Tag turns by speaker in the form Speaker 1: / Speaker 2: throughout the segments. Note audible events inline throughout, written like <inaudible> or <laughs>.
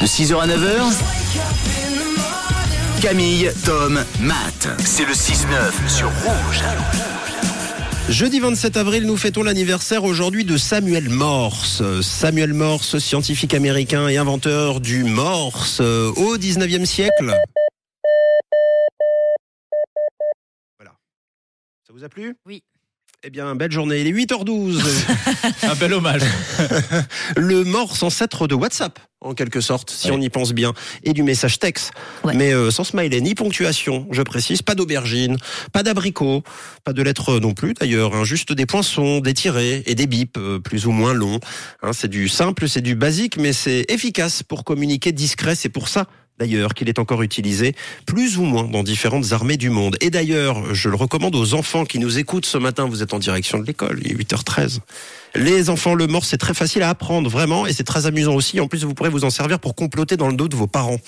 Speaker 1: De 6h à 9h Camille, Tom, Matt. C'est le 6-9 sur Rouge.
Speaker 2: Jeudi 27 avril, nous fêtons l'anniversaire aujourd'hui de Samuel Morse. Samuel Morse, scientifique américain et inventeur du Morse euh, au 19e siècle. Voilà. Ça vous a plu
Speaker 3: Oui.
Speaker 2: Eh bien, belle journée. Il est 8h12.
Speaker 4: <laughs> Un bel hommage.
Speaker 2: <laughs> Le Morse, ancêtre de WhatsApp, en quelque sorte, si
Speaker 4: Ouais.
Speaker 2: on y pense bien, et du message texte.
Speaker 3: Ouais.
Speaker 2: Mais euh, sans smiley ni ponctuation, je précise, pas d'aubergine, pas d'abricot, pas de lettres euh, non plus d'ailleurs, hein, juste des poinçons, des tirets et des bips, euh, plus ou moins longs. Hein, c'est du simple, c'est du basique, mais c'est efficace pour communiquer discret, c'est pour ça. D'ailleurs, qu'il est encore utilisé plus ou moins dans différentes armées du monde. Et d'ailleurs, je le recommande aux enfants qui nous écoutent ce matin. Vous êtes en direction de l'école, il est 8h13. Les enfants, le morse, c'est très facile à apprendre, vraiment, et c'est très amusant aussi. En plus, vous pourrez vous en servir pour comploter dans le dos de vos parents,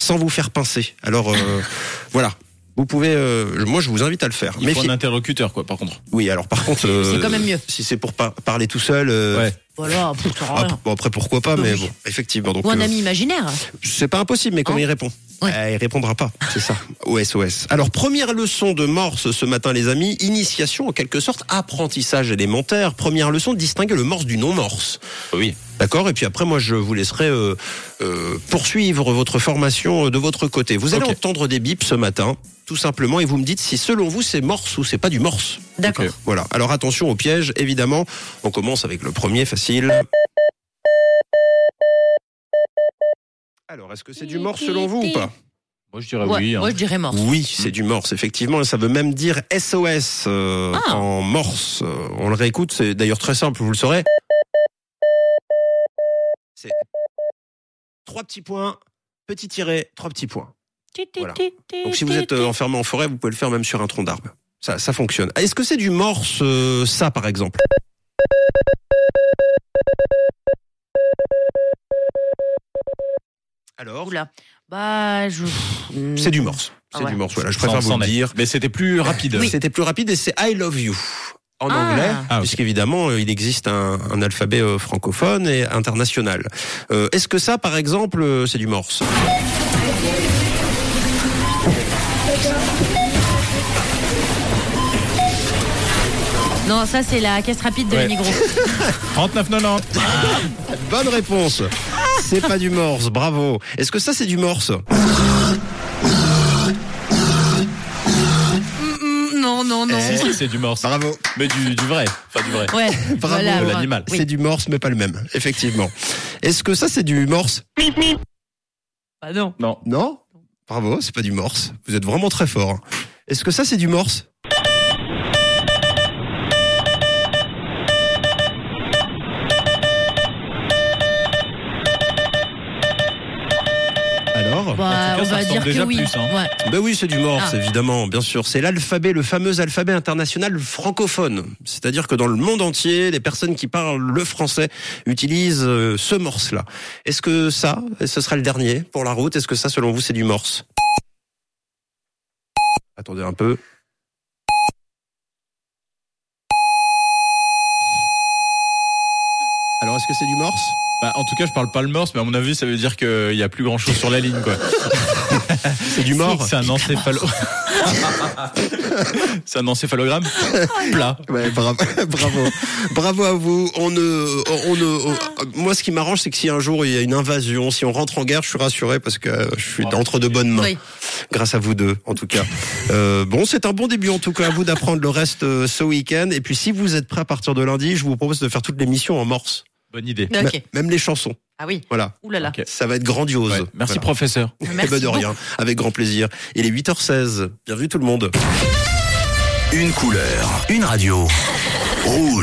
Speaker 2: sans vous faire pincer. Alors, euh, <laughs> voilà. Vous pouvez, euh, moi, je vous invite à le faire.
Speaker 4: Il
Speaker 2: Mais
Speaker 4: faut un interlocuteur, quoi, par contre.
Speaker 2: oui, alors par contre, euh,
Speaker 3: C'est quand même mieux.
Speaker 2: Si c'est pour par- parler tout seul, euh,
Speaker 4: Ouais.
Speaker 3: Voilà, pff, ça sert à
Speaker 2: ah,
Speaker 3: rien.
Speaker 2: bon, après pourquoi pas, mais
Speaker 3: Oui.
Speaker 2: bon, effectivement. Donc,
Speaker 3: Ou un
Speaker 2: euh,
Speaker 3: ami imaginaire.
Speaker 2: c'est pas impossible, mais comment
Speaker 3: Hein
Speaker 2: il répond
Speaker 3: Ouais.
Speaker 2: Euh, Il répondra
Speaker 3: <laughs>
Speaker 2: pas, c'est ça. Au SOS. Alors, première leçon de Morse ce matin, les amis. Initiation, en quelque sorte, apprentissage élémentaire. Première leçon, distinguer le Morse du non-Morse.
Speaker 4: Oui.
Speaker 2: D'accord Et puis après, moi, je vous laisserai euh, euh, poursuivre votre formation euh, de votre côté. Vous allez
Speaker 4: Ok.
Speaker 2: entendre des bips ce matin, tout simplement, et vous me dites si, selon vous, c'est Morse ou c'est pas du Morse.
Speaker 3: D'accord.
Speaker 4: ok.
Speaker 2: Voilà. Alors attention au piège, évidemment. On commence avec le premier facile. Alors, est-ce que c'est du morse selon vous ou pas
Speaker 4: Moi, je dirais
Speaker 3: Ouais,
Speaker 4: oui. hein.
Speaker 3: Moi, je dirais morse.
Speaker 2: Oui, c'est du morse, effectivement. Et Ça veut même dire SOS euh,
Speaker 3: Ah.
Speaker 2: en morse. Euh, On le réécoute, c'est d'ailleurs très simple, vous le saurez. C'est trois petits points, petit tiret, trois petits points. Voilà. Donc si vous êtes euh, enfermé en forêt, vous pouvez le faire même sur un tronc d'arbre. Ça, ça fonctionne. Est-ce que c'est du morse, euh, ça, par exemple Alors,
Speaker 3: Oula. Bah, je.
Speaker 2: c'est du morse.
Speaker 3: Ah
Speaker 2: C'est
Speaker 3: ouais.
Speaker 2: du morse, voilà. Je
Speaker 4: Sans-
Speaker 2: préfère vous
Speaker 4: sans
Speaker 2: le
Speaker 4: net.
Speaker 2: dire.
Speaker 4: Mais c'était plus rapide.
Speaker 2: C'était plus rapide et c'est I love you en
Speaker 3: Ah.
Speaker 2: anglais,
Speaker 3: Ah,
Speaker 4: ok.
Speaker 2: puisqu'évidemment euh, il existe un, un alphabet euh, francophone et international. Euh, Est-ce que ça, par exemple, euh, c'est du morse
Speaker 3: Non, ça, c'est la caisse rapide de
Speaker 4: Ouais.
Speaker 3: l'émigro.
Speaker 4: 39,90.
Speaker 3: Ah
Speaker 2: Bonne réponse. <laughs> C'est pas du morse, bravo. Est-ce que ça c'est du morse
Speaker 3: Mm, mm, Non, non, non.
Speaker 4: Si, si, c'est du morse.
Speaker 2: Bravo.
Speaker 4: Mais du, du vrai. Enfin, du vrai.
Speaker 3: Ouais.
Speaker 2: Eh. <laughs> Bravo, euh,
Speaker 3: voilà, ouais.
Speaker 4: l'animal.
Speaker 3: Oui.
Speaker 2: C'est du morse mais pas le même, effectivement. Est-ce que ça c'est du morse
Speaker 3: Bah, non.
Speaker 4: Non.
Speaker 2: Non Bravo, c'est pas du morse. Vous êtes vraiment très fort. Est-ce que ça c'est du morse Alors
Speaker 4: En
Speaker 3: Bah,
Speaker 4: tout cas,
Speaker 3: on
Speaker 4: ça
Speaker 3: va
Speaker 4: ressemble
Speaker 3: dire que
Speaker 4: déjà
Speaker 3: oui.
Speaker 4: plus, hein.
Speaker 3: Ouais.
Speaker 2: Ben oui, c'est du morse,
Speaker 3: Ah.
Speaker 2: évidemment, bien sûr. C'est l'alphabet, le fameux alphabet international francophone. C'est-à-dire que dans le monde entier, les personnes qui parlent le français utilisent euh, ce morse-là. Est-ce que ça, ce sera le dernier pour la route Est-ce que ça, selon vous, c'est du morse Attendez un peu. Alors, est-ce que c'est du morse
Speaker 4: Bah, en tout cas, je parle pas le morse, mais à mon avis, ça veut dire qu'il y a plus grand chose sur la ligne, quoi.
Speaker 2: C'est du mort
Speaker 4: <laughs> C'est un encéphalo. <laughs> c'est un <laughs> encéphalogramme plat.
Speaker 2: Ouais, bravo, bravo, bravo à vous. On ne, on ne, on- moi, ce qui m'arrange, c'est que si un jour il y a une invasion, si on rentre en guerre, je suis rassuré parce que euh, je suis
Speaker 4: Bravo.
Speaker 2: entre de bonnes mains.
Speaker 3: Oui.
Speaker 2: Grâce à vous deux, en tout cas. Euh, bon, c'est un bon début, en tout cas, à vous d'apprendre le reste euh, ce week-end. Et puis, si vous êtes prêts à partir de lundi, je vous propose de faire toute l'émission en morse,
Speaker 4: Bonne idée.
Speaker 3: Ok.
Speaker 2: même les chansons.
Speaker 3: Ah oui.
Speaker 2: Voilà,
Speaker 3: Ouh là là.
Speaker 4: Ok.
Speaker 2: ça va être grandiose.
Speaker 4: Ouais. Merci,
Speaker 2: Voilà.
Speaker 4: professeur.
Speaker 2: Eh
Speaker 3: Merci
Speaker 2: ben, de
Speaker 3: beaucoup.
Speaker 2: rien, avec grand plaisir. Il est 8h16. Bienvenue tout le monde.
Speaker 1: <laughs> Une couleur, une radio. Rouge.